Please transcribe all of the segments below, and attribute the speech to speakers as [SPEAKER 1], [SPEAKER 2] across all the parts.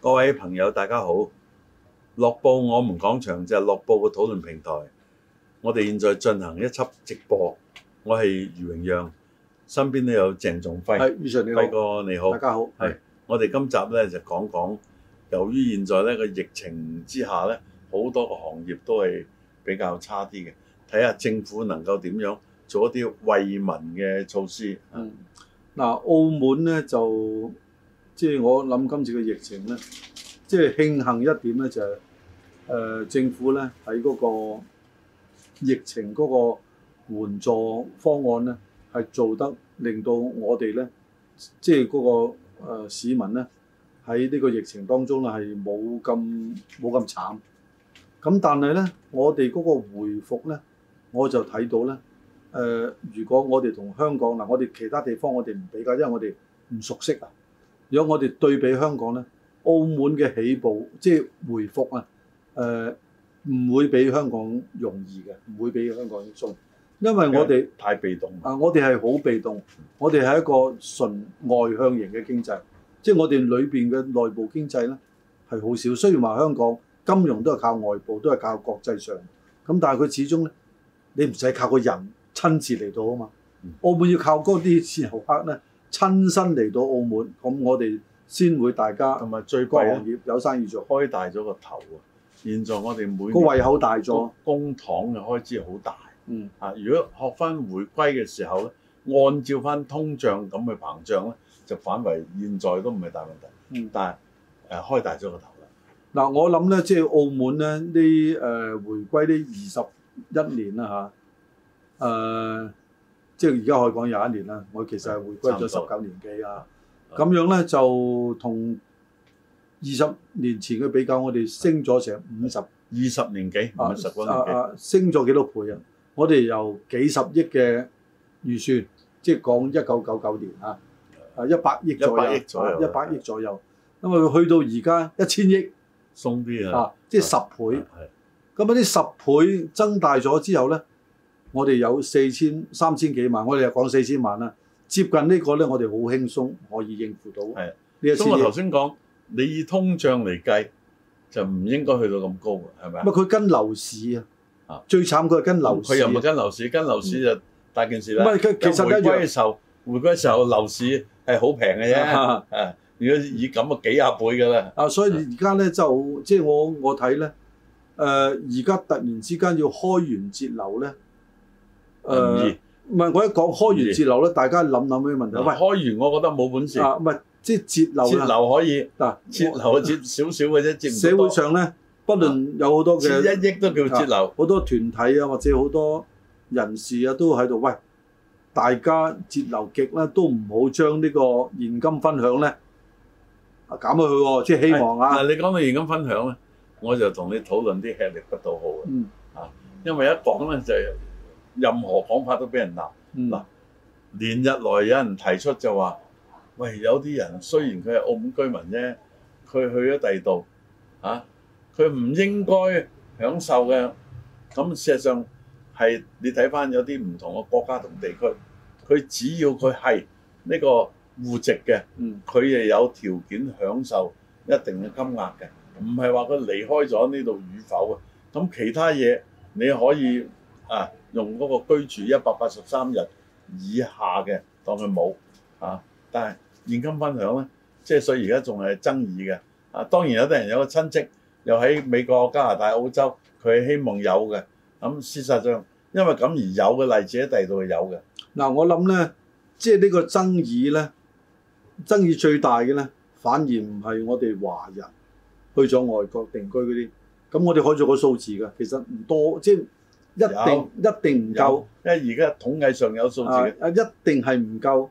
[SPEAKER 1] 各位朋友，大家好！樂報我們講場就係樂報嘅討論平台，我哋現在進行一輯直播。我係余榮讓，身邊都有鄭仲輝，
[SPEAKER 2] 係，余 Sir 你好，
[SPEAKER 1] 輝哥你好
[SPEAKER 2] 大。家好，
[SPEAKER 1] 係我哋今集咧就講講，由於現在呢個疫情之下咧，好多個行業都係比較差啲嘅，睇下政府能夠點樣做一啲惠民嘅措施。
[SPEAKER 2] 嗯，嗱，澳門咧就即係我諗今次嘅疫情咧，即係慶幸一點咧就係、誒、政府咧喺嗰個疫情嗰個援助方案咧係做得令到我哋咧即係嗰、個、誒市民咧喺呢個疫情當中咧係冇咁冇咁慘。咁但係咧，我哋嗰個回復咧，我就睇到咧。誒、如果我哋同香港嗱，我哋其他地方我哋唔比較，因為我哋唔熟悉啊。如果我哋對比香港咧，澳門嘅起步即係回復啊，誒、唔會比香港容易嘅，唔會比香港鬆，因為我哋
[SPEAKER 1] 太被動，
[SPEAKER 2] 啊，我哋係好被動，我哋係一個純外向型嘅經濟，即係我哋裏邊嘅內部經濟咧係好少。雖然話香港金融都係靠外部，都係靠國際上，咁但係佢始終咧，你唔使靠個人親自嚟到啊嘛
[SPEAKER 1] 嗯。
[SPEAKER 2] 澳門要靠嗰啲遊客咧親身嚟到澳門，咁我哋先會大家
[SPEAKER 1] 同埋最
[SPEAKER 2] 各
[SPEAKER 1] 貴
[SPEAKER 2] 行
[SPEAKER 1] 咧
[SPEAKER 2] 業有生意做，
[SPEAKER 1] 開大咗個頭啊！現在我哋每年
[SPEAKER 2] 個胃口大
[SPEAKER 1] 個
[SPEAKER 2] 咗。
[SPEAKER 1] 公帑嘅開支好大。
[SPEAKER 2] 嗯，
[SPEAKER 1] 啊！如果學翻回歸嘅時候咧，按照翻通脹咁去膨脹咧，就反為現在都唔係大問題。
[SPEAKER 2] 嗯
[SPEAKER 1] 但係誒、呃、開大咗個頭啦。
[SPEAKER 2] 嗱，我諗咧，即係澳門咧，呢誒回歸呢二十一年啦嚇，誒、即係而家可以講廿一年啦。我其實係回歸咗
[SPEAKER 1] 差唔
[SPEAKER 2] 十
[SPEAKER 1] 多
[SPEAKER 2] 九年幾啊，
[SPEAKER 1] 嗯
[SPEAKER 2] 咁樣咧就同二十年前嘅比較，我哋升咗成五十
[SPEAKER 1] 二十年幾唔係十個年幾，
[SPEAKER 2] 啊，升咗幾多倍啊？我哋由幾十億嘅預算，即係講一九九九年啊，啊一百億左右，啊
[SPEAKER 1] 100億左右
[SPEAKER 2] 一百億左右，因為佢去到而家一千億
[SPEAKER 1] 鬆啲啊，
[SPEAKER 2] 啊，即係十倍。
[SPEAKER 1] 係
[SPEAKER 2] 咁嗰啲十倍增大咗之後咧，我哋有四千三千幾萬，我哋又講四千萬啦，接近呢個咧，我哋好輕鬆可以應付到
[SPEAKER 1] 係
[SPEAKER 2] 呢一千
[SPEAKER 1] 所以我頭
[SPEAKER 2] 億。
[SPEAKER 1] 先講，你以通脹嚟計就唔應該去到咁高嘅，係咪啊
[SPEAKER 2] 乜佢跟樓市
[SPEAKER 1] 啊
[SPEAKER 2] 啊？最慘佢係跟樓市
[SPEAKER 1] 佢又唔係
[SPEAKER 2] 啊。
[SPEAKER 1] 跟樓市，跟樓市就大件事
[SPEAKER 2] 唔
[SPEAKER 1] 啦。
[SPEAKER 2] 係佢其實
[SPEAKER 1] 回
[SPEAKER 2] 一
[SPEAKER 1] 歸嘅
[SPEAKER 2] 樣
[SPEAKER 1] 時候，回歸嘅時候樓市係好平嘅啫。
[SPEAKER 2] 啊
[SPEAKER 1] 啊，如果以咁啊幾廿倍㗎啦。
[SPEAKER 2] 啊，所以而家咧就即係我我睇咧，誒而家突然之間要開源節流咧，誒、呃
[SPEAKER 1] 唔易
[SPEAKER 2] 唔係我一講開源節流咧，大家諗諗咩問題？
[SPEAKER 1] 嗱
[SPEAKER 2] 喂
[SPEAKER 1] 開完我覺得冇本事，
[SPEAKER 2] 啊，唔係即係節流
[SPEAKER 1] 節
[SPEAKER 2] 啦
[SPEAKER 1] 流可以。
[SPEAKER 2] 嗱，
[SPEAKER 1] 節流啊，節少少嘅啫，節唔
[SPEAKER 2] 社會上咧，不論有好多嘅
[SPEAKER 1] 節啊一億都叫節流，
[SPEAKER 2] 好多團體啊，或者好多人士啊，都喺度喂，大家節流極啦，都唔好將呢個現金分享咧啊減咗佢喎，即係希望啊
[SPEAKER 1] 哎嗱，，你講到現金分享咧，我就同你討論啲吃力不討好嘅，
[SPEAKER 2] 嗯
[SPEAKER 1] 因為一講咧就係任何講法都俾人鬧。
[SPEAKER 2] 嗯
[SPEAKER 1] 嗱連日來有人提出就話，喂，有啲人雖然佢係澳門居民啫，佢去咗第二度啊，佢唔應該享受嘅。咁事實上係你睇翻有啲唔同嘅國家同地區，佢只要佢係呢個戶籍嘅。
[SPEAKER 2] 嗯
[SPEAKER 1] 佢又有條件享受一定嘅金額嘅，唔係話佢離開咗呢度與否啊。咁其他嘢你可以啊用嗰個居住一百八十三日以下嘅當佢冇啊，但係現金分享咧，即係所以而家仲係爭議嘅啊。當然有啲人有個親戚又喺美國、加拿大、澳洲，佢係希望有嘅。咁事實上因為咁而有嘅例子喺第二度係有嘅，
[SPEAKER 2] 嗱，我諗咧，即係呢個爭議咧，爭議最大嘅咧，反而唔係我哋華人去咗外國定居嗰啲，咁我哋可以做個數字㗎，其實唔多，即係一定一定唔夠
[SPEAKER 1] 有。，因為而家統計上有數字
[SPEAKER 2] 啊
[SPEAKER 1] 嘅，
[SPEAKER 2] 啊，一定係唔夠誒、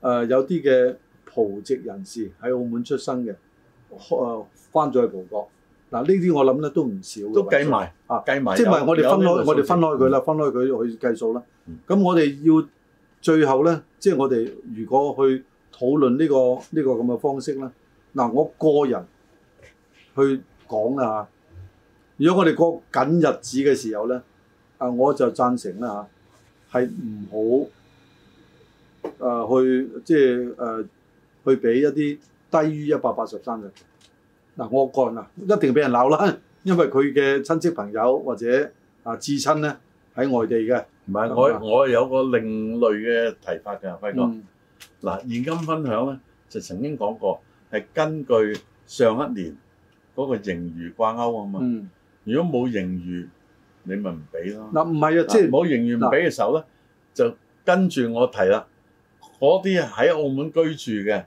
[SPEAKER 2] 呃有啲嘅葡籍人士喺澳門出生嘅，誒翻咗去葡國。嗱呢啲我諗咧都唔少嘅，
[SPEAKER 1] 都計埋
[SPEAKER 2] 啊
[SPEAKER 1] 計埋有，
[SPEAKER 2] 即係咪我哋
[SPEAKER 1] 有
[SPEAKER 2] 分開
[SPEAKER 1] 呢個數字
[SPEAKER 2] 我哋分開佢啦，分開佢去計數啦
[SPEAKER 1] 嗯。
[SPEAKER 2] 咁我哋要最後咧，即係我哋如果去討論呢個呢個咁嘅方式咧，嗱，我個人去講啦嚇。如果我哋過緊日子嘅時候咧，啊，我就贊成啦嚇，係唔好啊去即係誒去俾一啲低於一百八十三日。嗱，我個人啊，一定俾人鬧啦，因為佢嘅親戚朋友或者啊至親咧喺外地嘅。
[SPEAKER 1] 唔係我我有個另類嘅提法嘅，輝哥。
[SPEAKER 2] 嗯
[SPEAKER 1] 嗱，現金分享咧就曾經講過，係根據上一年嗰個盈餘掛鈎啊嘛。
[SPEAKER 2] 嗯，
[SPEAKER 1] 如果冇盈餘，你咪唔俾咯。
[SPEAKER 2] 嗱唔係啊，即
[SPEAKER 1] 即係
[SPEAKER 2] 係
[SPEAKER 1] 冇盈餘唔俾嘅時候咧，就跟住我提啦，嗰啲喺澳門居住嘅，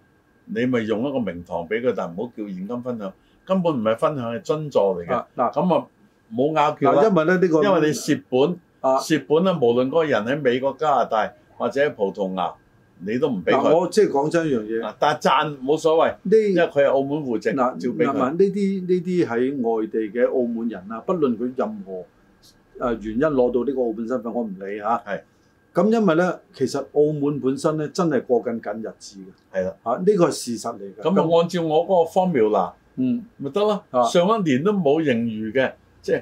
[SPEAKER 1] 你咪用一個名堂俾佢，但唔好叫現金分享，根本唔係分享係津助嚟嘅。
[SPEAKER 2] 啊嗱
[SPEAKER 1] 咁啊冇拗撬
[SPEAKER 2] 嗱，
[SPEAKER 1] 啦，
[SPEAKER 2] 因為咧呢個
[SPEAKER 1] 因為你蝕本。
[SPEAKER 2] 啊。
[SPEAKER 1] 蝕本咧，無論嗰個人喺美國、加拿大或者喺葡萄牙，你都唔俾
[SPEAKER 2] 嗱，
[SPEAKER 1] 佢。
[SPEAKER 2] 我即係講真一樣嘢，
[SPEAKER 1] 啊但係賺冇所謂，因為
[SPEAKER 2] 呢
[SPEAKER 1] 佢係澳門戶籍，
[SPEAKER 2] 嗯嗱
[SPEAKER 1] 照俾
[SPEAKER 2] 嗱嗱
[SPEAKER 1] 佢。
[SPEAKER 2] 呢啲呢啲喺外地嘅澳門人啊，不論佢任何誒、呃原因攞到呢個澳門身份，我唔理嚇。
[SPEAKER 1] 係
[SPEAKER 2] 咁，因為咧，其實澳門本身咧真係過緊緊日子嘅
[SPEAKER 1] 係啦，
[SPEAKER 2] 嚇，呢個係事實嚟嘅。
[SPEAKER 1] 咁啊，按照我嗰個 formula
[SPEAKER 2] 嗯
[SPEAKER 1] 咪得咯
[SPEAKER 2] 啊。
[SPEAKER 1] 上一年都冇盈餘嘅，即係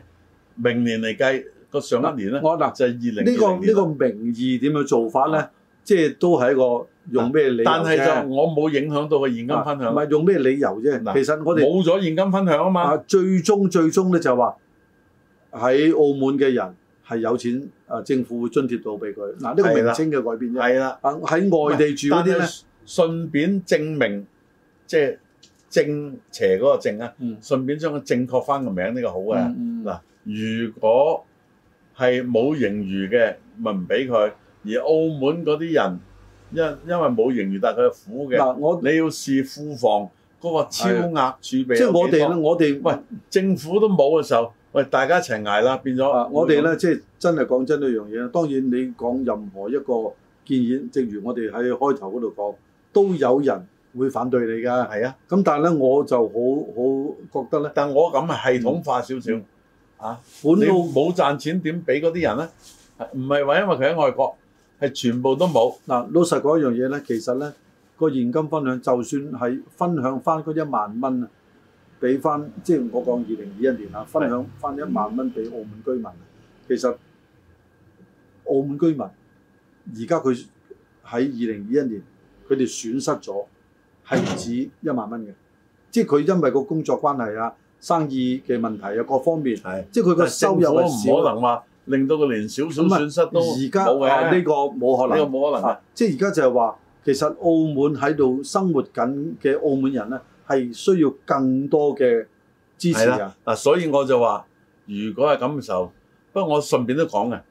[SPEAKER 1] 明年嚟計個上一年咧，
[SPEAKER 2] 啊我嗱
[SPEAKER 1] 就係二零
[SPEAKER 2] 呢個
[SPEAKER 1] 二
[SPEAKER 2] 呢
[SPEAKER 1] 零
[SPEAKER 2] 個
[SPEAKER 1] 年。
[SPEAKER 2] 名義點樣做法咧，即係都係一個用咩理由
[SPEAKER 1] 但係
[SPEAKER 2] 啫
[SPEAKER 1] 就我冇影響到個現金分
[SPEAKER 2] 啊
[SPEAKER 1] 享
[SPEAKER 2] 唔，係用咩理由
[SPEAKER 1] 嗱
[SPEAKER 2] 啫。其實我哋
[SPEAKER 1] 冇咗現金分享啊嘛
[SPEAKER 2] 啊。，最終最終咧就係話喺澳門嘅人係有錢，啊政府會津貼到俾佢。嗱呢個
[SPEAKER 1] 係啦
[SPEAKER 2] 名稱嘅改變啫。
[SPEAKER 1] 係啦，
[SPEAKER 2] 啊喺外地住嗰
[SPEAKER 1] 但
[SPEAKER 2] 啲
[SPEAKER 1] 係
[SPEAKER 2] 咧，
[SPEAKER 1] 順便證明，即係正邪嗰個正啊。
[SPEAKER 2] 嗯
[SPEAKER 1] 順便將佢正確翻個名呢個好嘅。
[SPEAKER 2] 嗯
[SPEAKER 1] 嗱如果係冇盈餘嘅，咪唔俾佢。而澳門嗰啲人因因為冇盈餘，但係佢係苦嘅，
[SPEAKER 2] 嗱我
[SPEAKER 1] 你要視庫房嗰個超額儲備
[SPEAKER 2] 即係
[SPEAKER 1] 有
[SPEAKER 2] 我哋
[SPEAKER 1] 幾多。
[SPEAKER 2] 咧，我哋
[SPEAKER 1] 喂政府都冇嘅時候，喂大家一齊捱啦，變咗
[SPEAKER 2] 啊我哋咧即係真係講真一樣嘢啦。當然你講任何一個建議，正如我哋喺開頭嗰度講，都有人會反對你㗎。
[SPEAKER 1] 係啊。
[SPEAKER 2] 咁但係咧，我就好好覺得咧，
[SPEAKER 1] 但我咁係系統化少少
[SPEAKER 2] 嗯
[SPEAKER 1] 啊，
[SPEAKER 2] 本
[SPEAKER 1] 你
[SPEAKER 2] 澳
[SPEAKER 1] 冇賺錢點俾嗰啲人咧？唔係話因為佢喺外國，係全部都冇。
[SPEAKER 2] 嗱，老實講一樣嘢咧，其實咧個現金分享，就算係分享翻嗰一萬蚊啊，俾翻即係我講二零二一年啊，分享翻一萬蚊俾澳門居民，其實澳門居民而家佢喺二零二一年佢哋損失咗係唔止一萬蚊嘅，即係佢因為個工作關係啊、生意嘅問題啊各方面，
[SPEAKER 1] 係。
[SPEAKER 2] 即係佢個收入係
[SPEAKER 1] 政府唔
[SPEAKER 2] 少
[SPEAKER 1] 可
[SPEAKER 2] 啊。
[SPEAKER 1] 能話令到佢連少少
[SPEAKER 2] 咁啊
[SPEAKER 1] 損失都
[SPEAKER 2] 而家
[SPEAKER 1] 冇
[SPEAKER 2] 啊呢
[SPEAKER 1] 嘅，
[SPEAKER 2] 個冇可能
[SPEAKER 1] 呢。個冇可能嘅
[SPEAKER 2] 啊，即係而家就係話，其實澳門喺度生活緊嘅澳門人咧，係需要更多嘅支持啊
[SPEAKER 1] 係
[SPEAKER 2] 人
[SPEAKER 1] 啦。。嗱，所以我就話，如果係咁嘅時候，不過我順便都講嘅，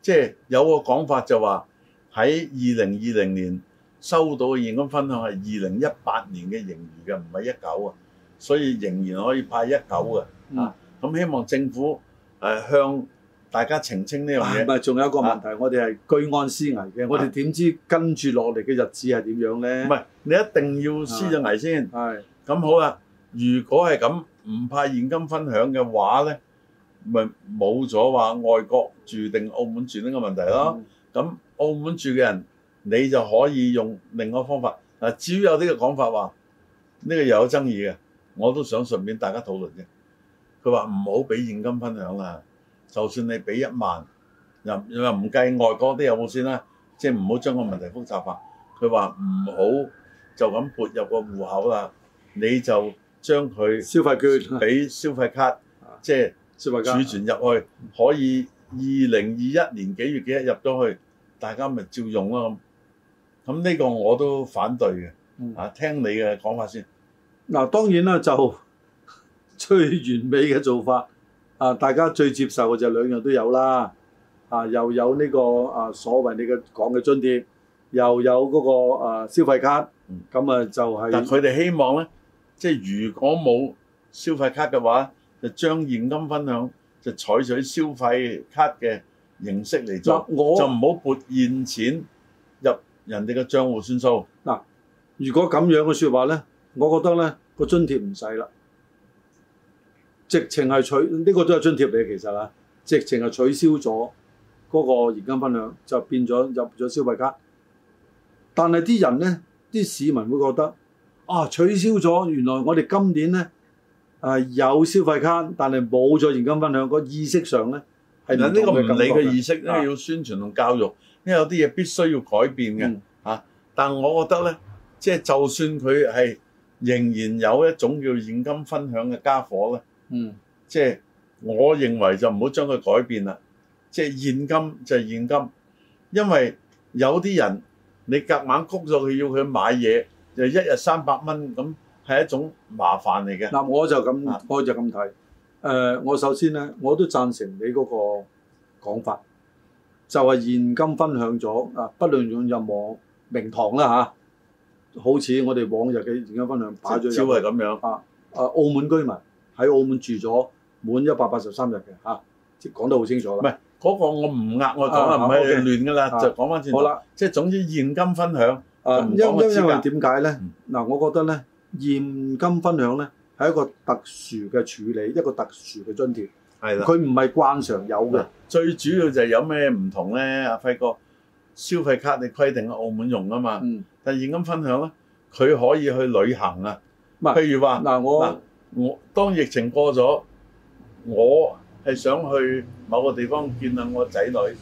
[SPEAKER 1] 即係有個講法就話喺二零二零年收到嘅現金分享係二零一八年嘅盈餘嘅，唔係一九啊，所以仍然可以派一九嘅。
[SPEAKER 2] 嗯
[SPEAKER 1] 啊，咁希望政府誒向大家澄清呢樣
[SPEAKER 2] 啊唔
[SPEAKER 1] 嘢。啊
[SPEAKER 2] 係，仲有一個問題，我哋係居安思危嘅，我哋點知跟住落嚟嘅日子係點樣
[SPEAKER 1] 唔
[SPEAKER 2] 咧？
[SPEAKER 1] 係，你一定要施咗危先。
[SPEAKER 2] 係
[SPEAKER 1] 咁好啦，如果係咁唔派現金分享嘅話咧，咪冇咗話外國住定澳門住呢個問題咯。咁、澳門住嘅人，你就可以用另外一個方法。嗱，至於有啲嘅講法話，呢、個又有爭議嘅，我都想順便大家討論啫。佢話唔好俾現金分享啦，就算你俾一萬，又又唔計外國啲有冇先啦，即係唔好將個問題複雜化。佢話唔好就咁撥入個戶口啦，你就將佢
[SPEAKER 2] 消費券，
[SPEAKER 1] 俾消費卡，即係
[SPEAKER 2] 消費
[SPEAKER 1] 儲
[SPEAKER 2] 券。
[SPEAKER 1] 存入去，可以二零二一年幾月幾日入咗去，大家咪照用咯咁。咁呢個我都反對嘅。
[SPEAKER 2] 嗯
[SPEAKER 1] 啊，聽你嘅講法先。
[SPEAKER 2] 嗱，當然啦，就 最完美嘅做法啊，大家最接受嘅就兩樣都有啦。啊，又有呢、個啊所謂你嘅講嘅津貼，又有嗰、個啊消費卡
[SPEAKER 1] 嗯，
[SPEAKER 2] 咁啊就係、
[SPEAKER 1] 但佢哋希望咧，即係如果冇消費卡嘅話，就將現金分享就採取消費卡嘅形式嚟
[SPEAKER 2] 嗱
[SPEAKER 1] 做，
[SPEAKER 2] 我
[SPEAKER 1] 就唔好撥現錢入人哋嘅帳戶算數。
[SPEAKER 2] 如果咁樣嘅説話咧，我覺得咧個津貼唔使啦，直情係取呢、個都係津貼嚟，其實啊，直情係取消咗嗰個現金分享，就變咗入咗消費卡。但係啲人咧，啲市民會覺得啊，取消咗，原來我哋今年咧啊有消費卡，但係冇咗現金分享，個意識上咧係
[SPEAKER 1] 嗱，呢
[SPEAKER 2] 唔同
[SPEAKER 1] 個唔
[SPEAKER 2] 嘅感
[SPEAKER 1] 理
[SPEAKER 2] 覺
[SPEAKER 1] 佢
[SPEAKER 2] 嘅
[SPEAKER 1] 意識咧，
[SPEAKER 2] 啊
[SPEAKER 1] 要宣傳同教育，因為有啲嘢必須要改變嘅
[SPEAKER 2] 嗯
[SPEAKER 1] 嚇。但我覺得咧，即係就算佢係仍然有一種叫現金分享嘅家伙咧，
[SPEAKER 2] 嗯
[SPEAKER 1] 即係我認為就唔好將佢改變啦。即係現金就係現金，因為有啲人你夾硬谷咗佢要佢買嘢，就一日三百蚊咁係一種麻煩嚟嘅。
[SPEAKER 2] 嗱、我就
[SPEAKER 1] 啊
[SPEAKER 2] 咁，我就咁睇。誒、我首先咧，我都贊成你嗰個講法，就係、現金分享咗啊，不論用任何名堂啦嚇，好似我哋往日嘅現金分享擺
[SPEAKER 1] 即
[SPEAKER 2] 咗
[SPEAKER 1] 係招
[SPEAKER 2] 入
[SPEAKER 1] 係咁樣，
[SPEAKER 2] 啊澳門居民喺澳門住咗滿一百八十三日嘅嚇，即係講得好清楚
[SPEAKER 1] 唔
[SPEAKER 2] 啦。
[SPEAKER 1] 係嗰個我唔額外講啦，
[SPEAKER 2] 啊啊
[SPEAKER 1] 唔係
[SPEAKER 2] OK
[SPEAKER 1] 亂㗎啦，
[SPEAKER 2] 啊
[SPEAKER 1] 就講翻轉頭
[SPEAKER 2] 好。啦。
[SPEAKER 1] 即係總之現金分享，
[SPEAKER 2] 啊，
[SPEAKER 1] 就唔
[SPEAKER 2] 因
[SPEAKER 1] 講個
[SPEAKER 2] 因
[SPEAKER 1] 資
[SPEAKER 2] 因
[SPEAKER 1] 格
[SPEAKER 2] 為點解咧
[SPEAKER 1] 嗯？
[SPEAKER 2] 嗱，我覺得咧，現金分享咧係一個特殊嘅處理，一個特殊嘅津貼，
[SPEAKER 1] 係啦。
[SPEAKER 2] 佢唔係慣常有嘅
[SPEAKER 1] 嗱。最主要就係有咩唔同咧？阿輝哥，消費卡你規定喺澳門用啊嘛，
[SPEAKER 2] 嗯，
[SPEAKER 1] 但係現金分享咧，佢可以去旅行啊。
[SPEAKER 2] 唔係
[SPEAKER 1] 譬如話，嗱
[SPEAKER 2] 嗱我
[SPEAKER 1] 我當疫情過咗，我係想去某個地方見下我仔女，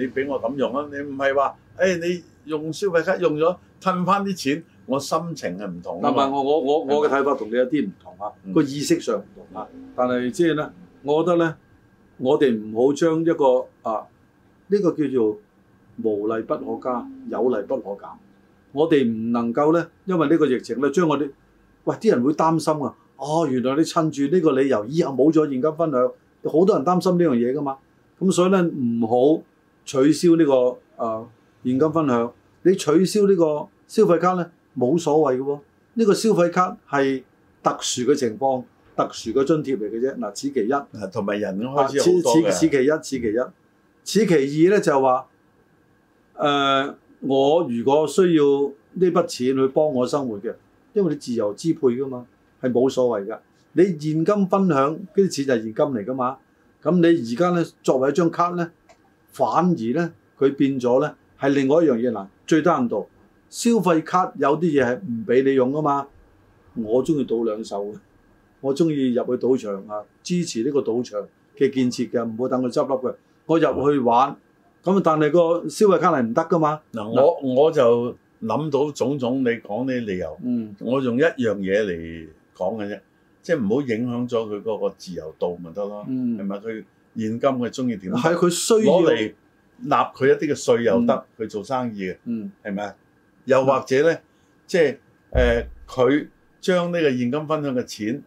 [SPEAKER 1] 你俾我咁用啊？你唔係話，誒、你用消費卡用咗褪翻啲錢，我心情係唔同啊
[SPEAKER 2] 嗱唔係
[SPEAKER 1] 嘛。
[SPEAKER 2] 我我我我嘅睇法同你有啲唔同啊
[SPEAKER 1] 嗯，
[SPEAKER 2] 個意識上唔同啊。但係即係咧，我覺得咧，我哋唔好將一個啊呢個叫做無利不可加，有利不可減。我哋唔能夠咧，因為呢個疫情咧，將我哋喂啲人會擔心啊！哦，原來你趁住呢個理由，以後冇咗現金分享，好多人擔心呢樣嘢噶嘛。咁所以咧，唔好取消呢、個誒、呃、現金分享。你取消呢個消費卡咧，冇所謂嘅喎。呢、個消費卡係特殊嘅情況、特殊嘅津貼嚟嘅啫。嗱，此其一。
[SPEAKER 1] 嗱同埋人
[SPEAKER 2] 啊
[SPEAKER 1] 開
[SPEAKER 2] 此
[SPEAKER 1] 始好多
[SPEAKER 2] 此此
[SPEAKER 1] 嘅，
[SPEAKER 2] 其一，此其一。此其二咧就係話，誒、我如果需要呢筆錢去幫我生活嘅，因為你自由支配噶嘛，係冇所謂噶。你現金分享呢啲錢就係現金嚟噶嘛。咁你而家咧作為一張卡咧，反而咧佢變咗咧係另外一樣嘢嗱，最低限度消費卡有啲嘢係唔俾你用噶嘛。我中意賭兩手嘅，我中意入去賭場啊，支持呢個賭場嘅建設嘅，唔好等佢執笠嘅。我入去玩，咁但係個消費卡係唔得噶嘛。
[SPEAKER 1] 嗱我我就諗到種種你講呢啲理由。
[SPEAKER 2] 嗯，
[SPEAKER 1] 我用一樣嘢嚟講嘅啫，即係唔好影響咗佢嗰個自由度咪得咯，
[SPEAKER 2] 嗯
[SPEAKER 1] 係咪、佢現金佢中意點
[SPEAKER 2] 係佢需要
[SPEAKER 1] 攞嚟納佢一啲嘅税又得，佢、做生意嘅
[SPEAKER 2] 嗯
[SPEAKER 1] 係咪啊？又或者咧，即係誒佢將呢個現金分享嘅錢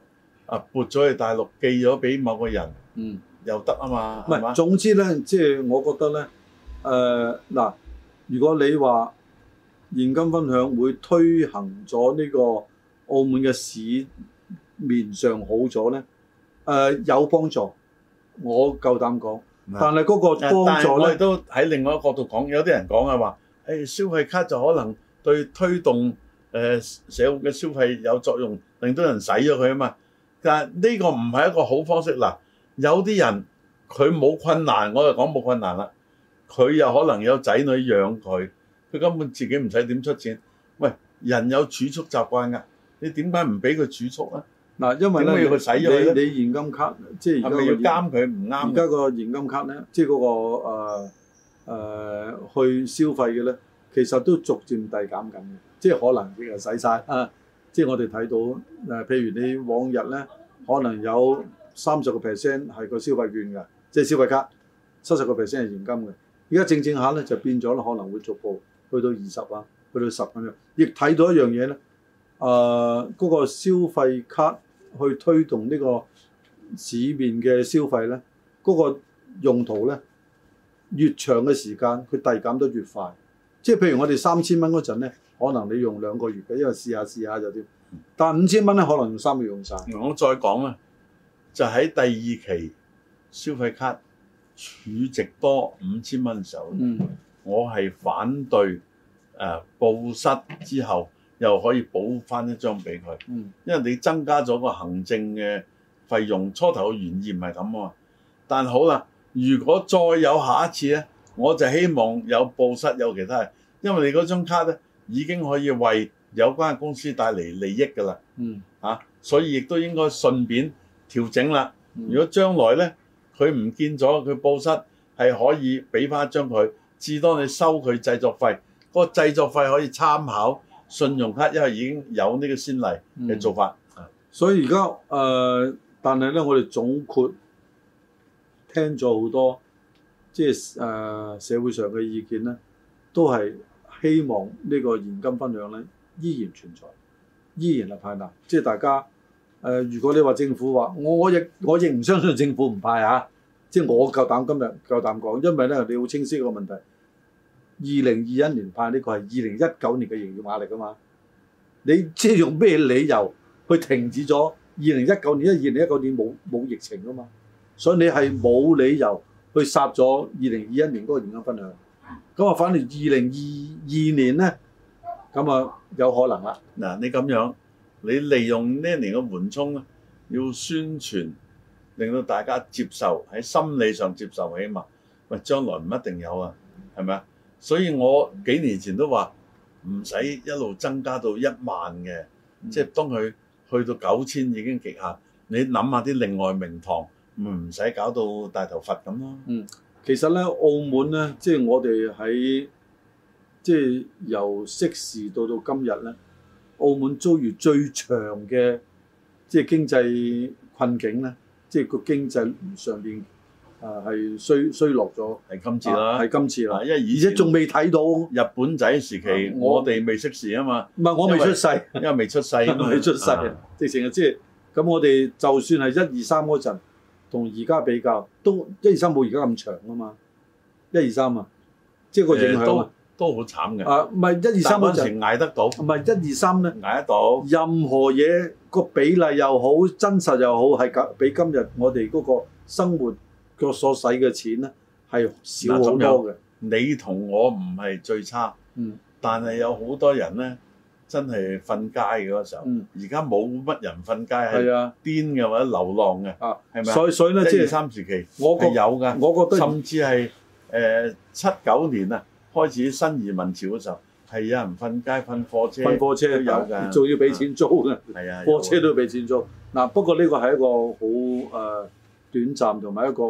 [SPEAKER 1] 啊撥咗去大陸，寄咗俾某個人
[SPEAKER 2] 嗯。
[SPEAKER 1] 又得啊嘛，
[SPEAKER 2] 唔
[SPEAKER 1] 係嘛
[SPEAKER 2] 係，？總之咧，即係我覺得咧，誒、嗱，如果你話現金分享會推行咗呢個澳門嘅市面上好咗咧，誒、有幫助，我夠膽講。
[SPEAKER 1] 嗱
[SPEAKER 2] 但係嗰
[SPEAKER 1] 但
[SPEAKER 2] 個幫
[SPEAKER 1] 係
[SPEAKER 2] 助
[SPEAKER 1] 我哋
[SPEAKER 2] 咧，
[SPEAKER 1] 都喺另外一個角度講，有啲人講啊話，誒、消費卡就可能對推動誒、呃社會嘅消費有作用，令到人使咗佢啊嘛。但係呢個唔係一個好方式嗱。有啲人佢冇困難，我就講冇困難啦。佢又可能有仔女養佢，佢根本自己唔使點出錢。喂，人有儲蓄習慣㗎，你點解唔俾佢儲蓄啊咧？
[SPEAKER 2] 嗱，因為
[SPEAKER 1] 點解
[SPEAKER 2] 咧，
[SPEAKER 1] 要佢使咗佢
[SPEAKER 2] 你你現金卡即係
[SPEAKER 1] 係
[SPEAKER 2] 而
[SPEAKER 1] 咪要
[SPEAKER 2] 家
[SPEAKER 1] 監佢唔
[SPEAKER 2] 而
[SPEAKER 1] 啱㗎？
[SPEAKER 2] 家個現金卡咧，即係嗰、個誒、呃去消費嘅咧，其實都逐漸遞減緊嘅，即係可能亦係使晒啊！即係我哋睇到誒、呃譬如你往日咧，可能有三十個 percent 係個消費券嘅，即係消費卡，七十個 percent 係現金嘅。而家正正下咧就變咗啦，可能會逐步去到二十啊，去到十咁樣。亦睇到一樣嘢咧，誒、啊嗰、個消費卡去推動呢個市面嘅消費咧。嗰個用途咧，越長嘅時間佢遞減得越快。即係譬如我哋三千蚊嗰陣咧，可能你用兩個月嘅，因為試下試下就點。但五千蚊咧，可能用三個月用晒。
[SPEAKER 1] 我再講啦，就喺第二期消費卡儲值多五千蚊嘅時候，
[SPEAKER 2] 嗯，
[SPEAKER 1] 我係反對誒、呃、報失之後又可以補翻一張俾佢，
[SPEAKER 2] 嗯
[SPEAKER 1] 因為你增加咗個行政嘅費用。初頭嘅原意唔係咁啊嘛，但好啦，如果再有下一次咧，我就希望有報失有其他嘢，因為你嗰張卡咧已經可以為有關嘅公司帶嚟利益㗎啦。
[SPEAKER 2] 嗯，
[SPEAKER 1] 啊，所以亦都應該順便調整啦。如
[SPEAKER 2] 如
[SPEAKER 1] 果將來咧佢唔見咗，佢報失係可以俾翻一張佢，至多你收佢製作費，個製作費可以參考信用卡，因為已經有呢個先例
[SPEAKER 2] 嗯
[SPEAKER 1] 嘅做法。啊
[SPEAKER 2] 所以而家誒，但係咧，我哋總括聽咗好多，即係誒、呃社會上嘅意見咧，都係希望呢個現金分享咧依然存在，依然係派難。即係大家誒、呃如果你話政府話，我我亦我亦唔相信政府唔派啊！即係我夠膽今日夠膽講，因為咧你好清晰個問題。二零二一年派呢個係二零一九年嘅營業壓力啊嘛，你即係用咩理由？佢停止咗二零一九年，因為二零一九年冇冇疫情噶嘛，所以你係冇理由去殺咗二零二一年嗰個現金分享。咁啊，反而二零二二年咧，咁啊有可能啦。
[SPEAKER 1] 嗱，你咁樣，你利用呢一年嘅緩衝咧，要宣傳，令到大家接受，喺心理上接受起碼。喂，將來唔一定有啊，係咪啊？所以我幾年前都話唔使一路增加到一萬嘅，
[SPEAKER 2] 嗯
[SPEAKER 1] 即係當佢去到九千已經極限。你諗下啲另外名堂，咪唔使搞到大頭佛咁咯。
[SPEAKER 2] 其實咧，澳門咧，即係我哋喺即係由適時到到今日咧，澳門遭遇最長嘅即係經濟困境咧，即係個經濟上邊啊係衰衰落咗，
[SPEAKER 1] 係今次啦，
[SPEAKER 2] 啊
[SPEAKER 1] 啊
[SPEAKER 2] 係今次啦
[SPEAKER 1] 嗱，。因為
[SPEAKER 2] 而
[SPEAKER 1] 以
[SPEAKER 2] 且
[SPEAKER 1] 前
[SPEAKER 2] 仲未睇到，唔
[SPEAKER 1] 日本仔時期
[SPEAKER 2] 啊，我
[SPEAKER 1] 我哋未識事啊 嘛，
[SPEAKER 2] 係我未出世，
[SPEAKER 1] 因為未出世 啊嘛，
[SPEAKER 2] 未出世
[SPEAKER 1] 啊，
[SPEAKER 2] 直情係即係咁。我哋就算係一二三嗰陣，同而家比較，都一二三冇而家咁長啊嘛，一二三啊，即係個影
[SPEAKER 1] 誒
[SPEAKER 2] 響啊
[SPEAKER 1] 都都好慘嘅。
[SPEAKER 2] 啊，唔係一二
[SPEAKER 1] 但
[SPEAKER 2] 三嗰
[SPEAKER 1] 嗰陣
[SPEAKER 2] 陣，
[SPEAKER 1] 時捱得到，
[SPEAKER 2] 唔係一二三咧，
[SPEAKER 1] 捱得到。
[SPEAKER 2] 任何嘢個比例又好，真實又好，係較比今日我哋嗰個生活個所使嘅錢咧係少好
[SPEAKER 1] 嗱咁
[SPEAKER 2] 多嘅。
[SPEAKER 1] 你同我唔係最差，
[SPEAKER 2] 嗯
[SPEAKER 1] 但係有好多人咧，真係瞓街嘅嗰時候。
[SPEAKER 2] 嗯，
[SPEAKER 1] 而家冇乜人瞓街係
[SPEAKER 2] 係啊
[SPEAKER 1] 癲嘅或者流浪嘅，
[SPEAKER 2] 啊，
[SPEAKER 1] 係咪啊？
[SPEAKER 2] 所以所以咧，即
[SPEAKER 1] 一二
[SPEAKER 2] 係
[SPEAKER 1] 三時期
[SPEAKER 2] 我覺
[SPEAKER 1] 係有㗎，
[SPEAKER 2] 我覺得
[SPEAKER 1] 甚至係誒七九年啊開始新移民潮嘅時候，係有人瞓街瞓貨車，
[SPEAKER 2] 分貨車
[SPEAKER 1] 都有㗎
[SPEAKER 2] 仲要俾錢租嘅。
[SPEAKER 1] 係啊，
[SPEAKER 2] 貨車
[SPEAKER 1] 有
[SPEAKER 2] 都要俾錢租。嗱，不過呢個係一個好誒、呃短暫同埋一個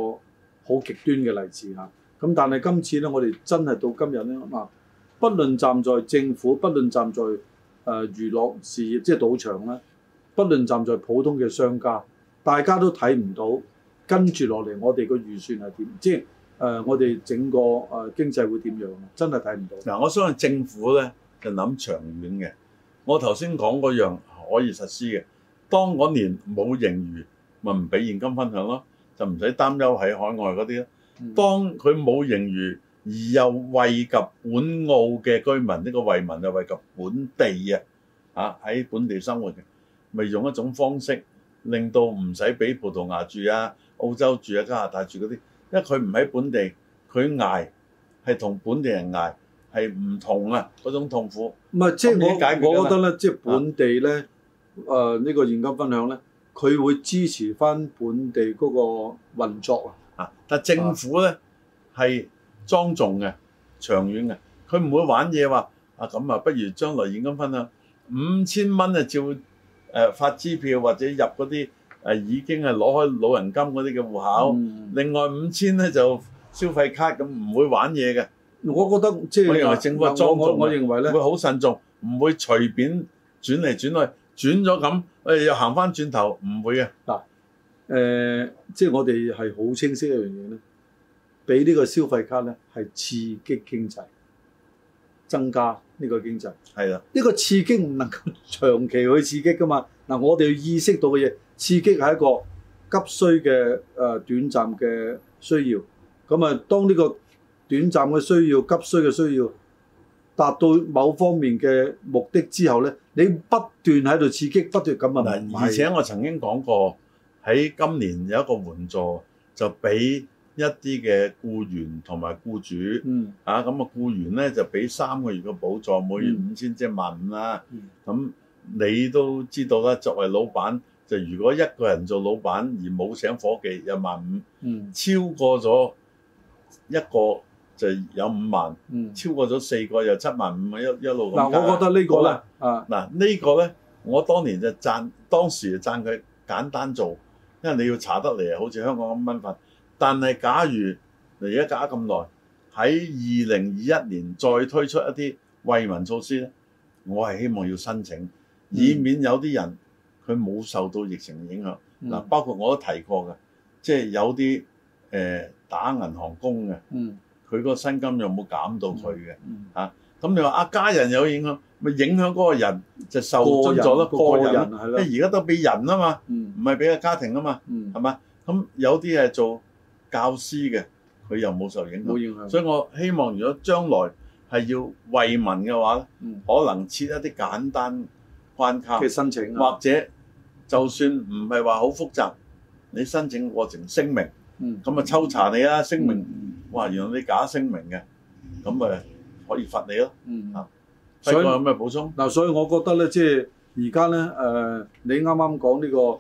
[SPEAKER 2] 好極端嘅例子嚇。咁但係今次咧，我哋真係到今日咧，嗱，不論站在政府，不論站在誒、呃、娛樂事業，即係賭場咧，不論站在普通嘅商家，大家都睇唔到跟住落嚟我哋個預算係點，即係誒、呃我哋整個誒、呃、經濟會點樣，真係睇唔到。
[SPEAKER 1] 嗱，我相信政府咧就諗長遠嘅。我頭先講嗰樣可以實施嘅，當嗰年冇盈餘，咪唔俾現金分享咯，就唔使擔憂喺海外嗰啲咯。
[SPEAKER 2] 嗯
[SPEAKER 1] 當佢冇盈餘，而又惠及本澳嘅居民，呢、個惠民啊就惠及本地啊，啊喺本地生活嘅，咪用一種方式令到唔使俾葡萄牙住啊、澳洲住啊、加拿大住嗰啲，因為佢唔喺本地，佢捱係同本地人捱係唔同啊，嗰種痛苦。
[SPEAKER 2] 唔係，即
[SPEAKER 1] 咁已經解決啊
[SPEAKER 2] 係
[SPEAKER 1] 㗎
[SPEAKER 2] 我
[SPEAKER 1] 啦
[SPEAKER 2] 我覺得咧，即係本地咧，誒呢個現金分享咧，佢會支持翻本地嗰個運作啊。
[SPEAKER 1] 啊！但政府咧係莊重嘅、長遠嘅，佢唔會玩嘢話啊咁啊，不如將來現金分享五千蚊啊，照誒、呃、發支票或者入嗰啲誒已經係攞開老人金嗰啲嘅戶口，
[SPEAKER 2] 嗯
[SPEAKER 1] 另外五千咧就消費卡咁，唔會玩嘢嘅，
[SPEAKER 2] 我覺得即係
[SPEAKER 1] 我認為政府係莊重
[SPEAKER 2] 我
[SPEAKER 1] 嘅
[SPEAKER 2] 我我認為咧
[SPEAKER 1] 會，啊好慎重，唔會隨便轉嚟轉去，轉咗咁誒又行翻轉頭，唔會嘅。
[SPEAKER 2] 誒即係我哋係好清晰一樣嘢咧，俾呢個消費卡咧係刺激經濟，增加呢個經濟。
[SPEAKER 1] 係啦，
[SPEAKER 2] 呢個刺激唔能夠長期去刺激噶嘛。 嗱，我哋要意識到嘅嘢，刺激係一個急需嘅誒、呃短暫嘅需要。咁啊，當呢個短暫嘅需要、急需嘅需要達到某方面嘅目的之後咧，你不斷喺度刺激，不斷咁啊，唔
[SPEAKER 1] 嗱，
[SPEAKER 2] 係
[SPEAKER 1] 而且我曾經講過喺今年有一個援助，就俾一啲嘅僱員同埋僱主
[SPEAKER 2] 嗯
[SPEAKER 1] 啊，咁啊僱員咧就俾三個月嘅補助，每月五千即係萬五啦
[SPEAKER 2] 嗯。
[SPEAKER 1] 咁你都知道啦，作為老闆就如果一個人做老闆而冇請伙計有萬五，
[SPEAKER 2] 嗯
[SPEAKER 1] 超過咗一個就有五萬，
[SPEAKER 2] 嗯。
[SPEAKER 1] 超過咗四個又七萬五，一一路咁
[SPEAKER 2] 嗱，
[SPEAKER 1] 加
[SPEAKER 2] 我覺得呢個
[SPEAKER 1] 好啦
[SPEAKER 2] 咧啊，
[SPEAKER 1] 嗱呢個咧，我當年就讚，當時就讚佢簡單做，因為你要查得嚟，好似香港咁蚊法。但係假如你而家搞咗咁耐，喺二零二一年再推出一啲惠民措施咧，我係希望要申請，以免有啲人佢冇受到疫情嘅影響。嗱、
[SPEAKER 2] 嗯
[SPEAKER 1] 包括我都提過嘅，即係有啲誒、呃打銀行工嘅，
[SPEAKER 2] 嗯
[SPEAKER 1] 佢個薪金有冇減到佢嘅？
[SPEAKER 2] 嗯，
[SPEAKER 1] 咁你話啊，家人有影響，咪影響嗰個人就受
[SPEAKER 2] 個
[SPEAKER 1] 尊
[SPEAKER 2] 人
[SPEAKER 1] 咗咯，
[SPEAKER 2] 個
[SPEAKER 1] 個人
[SPEAKER 2] 人
[SPEAKER 1] 咯。
[SPEAKER 2] 係
[SPEAKER 1] 因
[SPEAKER 2] 啦，
[SPEAKER 1] 為而家都俾人啊嘛，
[SPEAKER 2] 嗯
[SPEAKER 1] 唔係俾個家庭啊嘛，
[SPEAKER 2] 嗯
[SPEAKER 1] 係嘛？咁有啲係做教師嘅，佢又冇受影響
[SPEAKER 2] 嗯冇。影響，
[SPEAKER 1] 所以我希望如果將來係要惠民嘅話咧，
[SPEAKER 2] 嗯
[SPEAKER 1] 可能設一啲簡單關卡
[SPEAKER 2] 嘅，申請啊，
[SPEAKER 1] 或者就算唔係話好複雜，你申請過程聲明，
[SPEAKER 2] 嗯
[SPEAKER 1] 咁啊抽查你啦，聲明，
[SPEAKER 2] 嗯
[SPEAKER 1] 哇原來你假聲明嘅，咁誒可以罰你咯。
[SPEAKER 2] 嗯
[SPEAKER 1] 啊所
[SPEAKER 2] 所
[SPEAKER 1] 以
[SPEAKER 2] 以
[SPEAKER 1] 有咩補充？
[SPEAKER 2] 嗱，所以我覺得咧，即係而家咧，誒，你啱啱講呢個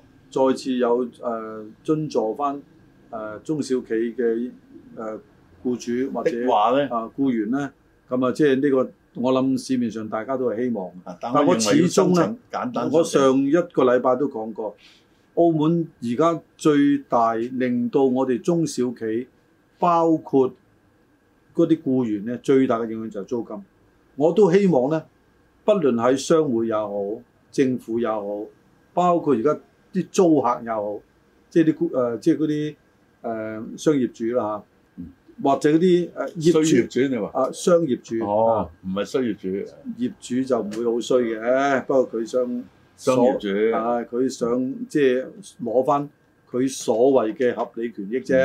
[SPEAKER 2] 再次有誒、津助翻誒中小企嘅誒僱主或者
[SPEAKER 1] 的話咧，
[SPEAKER 2] 啊僱員咧，咁啊，即係呢個我諗市面上大家都係希望嘅。
[SPEAKER 1] 啊但
[SPEAKER 2] 但我
[SPEAKER 1] 我認為要
[SPEAKER 2] 始
[SPEAKER 1] 申
[SPEAKER 2] 終呢
[SPEAKER 1] 請簡單申請。
[SPEAKER 2] 我上一個禮拜都講過，澳門而家最大令到我哋中小企，包括嗰啲僱員咧，最大嘅影響就係租金。我都希望咧，不論喺商會也好，政府也好，包括而家啲租客也好，即係啲僱誒，即係嗰啲誒商業主啦
[SPEAKER 1] 嗯
[SPEAKER 2] 嚇，或者嗰啲誒
[SPEAKER 1] 需
[SPEAKER 2] 業
[SPEAKER 1] 業
[SPEAKER 2] 主
[SPEAKER 1] 主你話？
[SPEAKER 2] 啊、商業主。啊
[SPEAKER 1] 哦，唔係需業主，
[SPEAKER 2] 業主就唔會好衰嘅，不過佢想
[SPEAKER 1] 商業主
[SPEAKER 2] 所啊，佢想即係攞翻佢所謂嘅合理權益啫。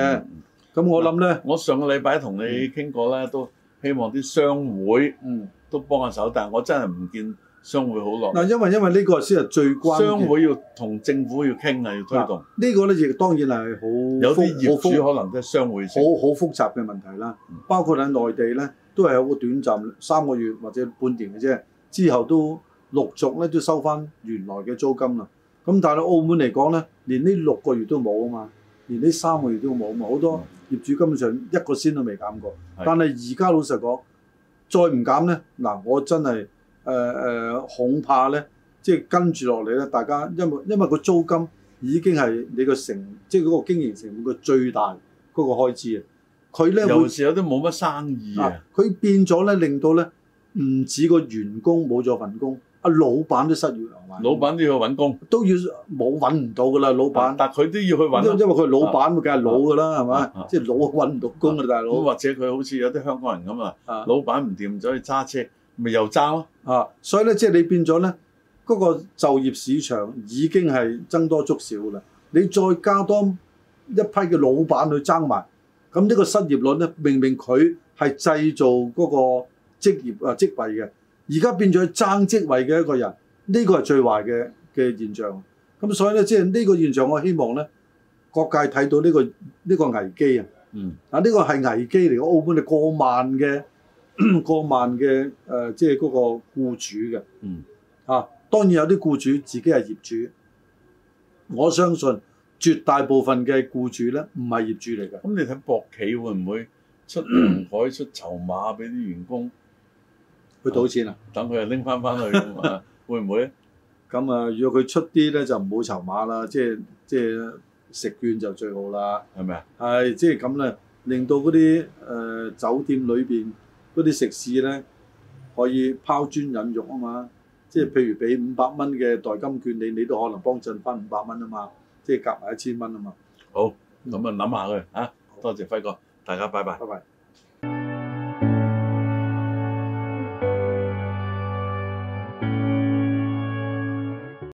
[SPEAKER 2] 咁、
[SPEAKER 1] 嗯
[SPEAKER 2] 我諗咧，
[SPEAKER 1] 我上個禮拜同你傾過咧，都希望啲商會。
[SPEAKER 2] 嗯，
[SPEAKER 1] 都幫下手，但係我真係唔見商會好落力。
[SPEAKER 2] 嗱，因為因為呢個先係最關
[SPEAKER 1] 商
[SPEAKER 2] 鍵，
[SPEAKER 1] 會要同政府要傾啊，要推動。
[SPEAKER 2] 呢個咧亦當然係好
[SPEAKER 1] 有啲業
[SPEAKER 2] 複好複
[SPEAKER 1] 主可能都係商會
[SPEAKER 2] 好
[SPEAKER 1] 性。
[SPEAKER 2] 好複雜嘅問題啦
[SPEAKER 1] 嗯。
[SPEAKER 2] 包括喺內地咧，都係有個短暫三個月或者半年嘅啫，之後都陸續咧都收翻原來嘅租金啦。咁但係澳門嚟講咧，連呢六個月都冇啊嘛，連呢三個月都冇啊嘛，好多業主根本上一個先都未減過。
[SPEAKER 1] 係
[SPEAKER 2] 但係而家老實講，再唔減咧，嗱我真係誒誒恐怕咧，即係跟住落嚟咧，大家因為因為個租金已經係你個成即係嗰個經營成本嘅最大嗰個開支啊，佢咧會
[SPEAKER 1] 尤其是有啲冇乜生意
[SPEAKER 2] 啊
[SPEAKER 1] 啊，，
[SPEAKER 2] 佢變咗咧，令到咧唔止個員工冇咗份工，阿老闆都失業啊嘛，
[SPEAKER 1] 老闆都啊要揾工，
[SPEAKER 2] 都要冇揾唔到噶啦，老闆，
[SPEAKER 1] 但佢都要去啊揾
[SPEAKER 2] 因因為佢係老闆，梗係老噶啦，係
[SPEAKER 1] 啊
[SPEAKER 2] 嘛
[SPEAKER 1] 啊？
[SPEAKER 2] 即係老揾唔到工啊，大
[SPEAKER 1] 咁
[SPEAKER 2] 佬
[SPEAKER 1] 或者佢好似有啲香港人咁啊，
[SPEAKER 2] 啊
[SPEAKER 1] 老闆唔掂咗去揸車，咪又揸咯。
[SPEAKER 2] 啊，所以咧即係你變咗咧嗰個就業市場已經係增多足少啦，你再加多一批嘅老闆去爭埋，咁呢個失業率咧明明佢係製造嗰個職業啊職位嘅。而家變咗爭職位嘅一個人，呢、個係最壞嘅嘅現象。咁所以咧，即係呢個現象，我希望咧，各界睇到呢、個呢、個危機啊。
[SPEAKER 1] 嗯。
[SPEAKER 2] 啊，呢、個係危機嚟嘅，澳門係過萬嘅 過萬嘅誒、呃即係嗰個僱主嘅。
[SPEAKER 1] 嗯。
[SPEAKER 2] 啊，當然有啲僱主自己係業主，我相信絕大部分嘅僱主咧唔係業主嚟嘅。
[SPEAKER 1] 咁你睇博企會唔會出糧改出籌碼俾啲員工，
[SPEAKER 2] 佢賭錢啊！
[SPEAKER 1] 等佢又拎翻翻去咁啊？會唔會？
[SPEAKER 2] 咁啊，如果佢出啲咧就唔好籌碼啦，即係即係食券就最好啦。
[SPEAKER 1] 係咪啊？
[SPEAKER 2] 係，即係咁咧，令到嗰啲誒酒店裏邊嗰啲食肆咧，可以拋磚引玉啊嘛。即係譬如俾五百蚊嘅代金券你，你都可能幫襯翻五百蚊啊嘛。即係夾埋一千蚊啊嘛。
[SPEAKER 1] 好，咁啊諗下佢嚇。多謝輝哥，大家拜拜。
[SPEAKER 2] 拜拜。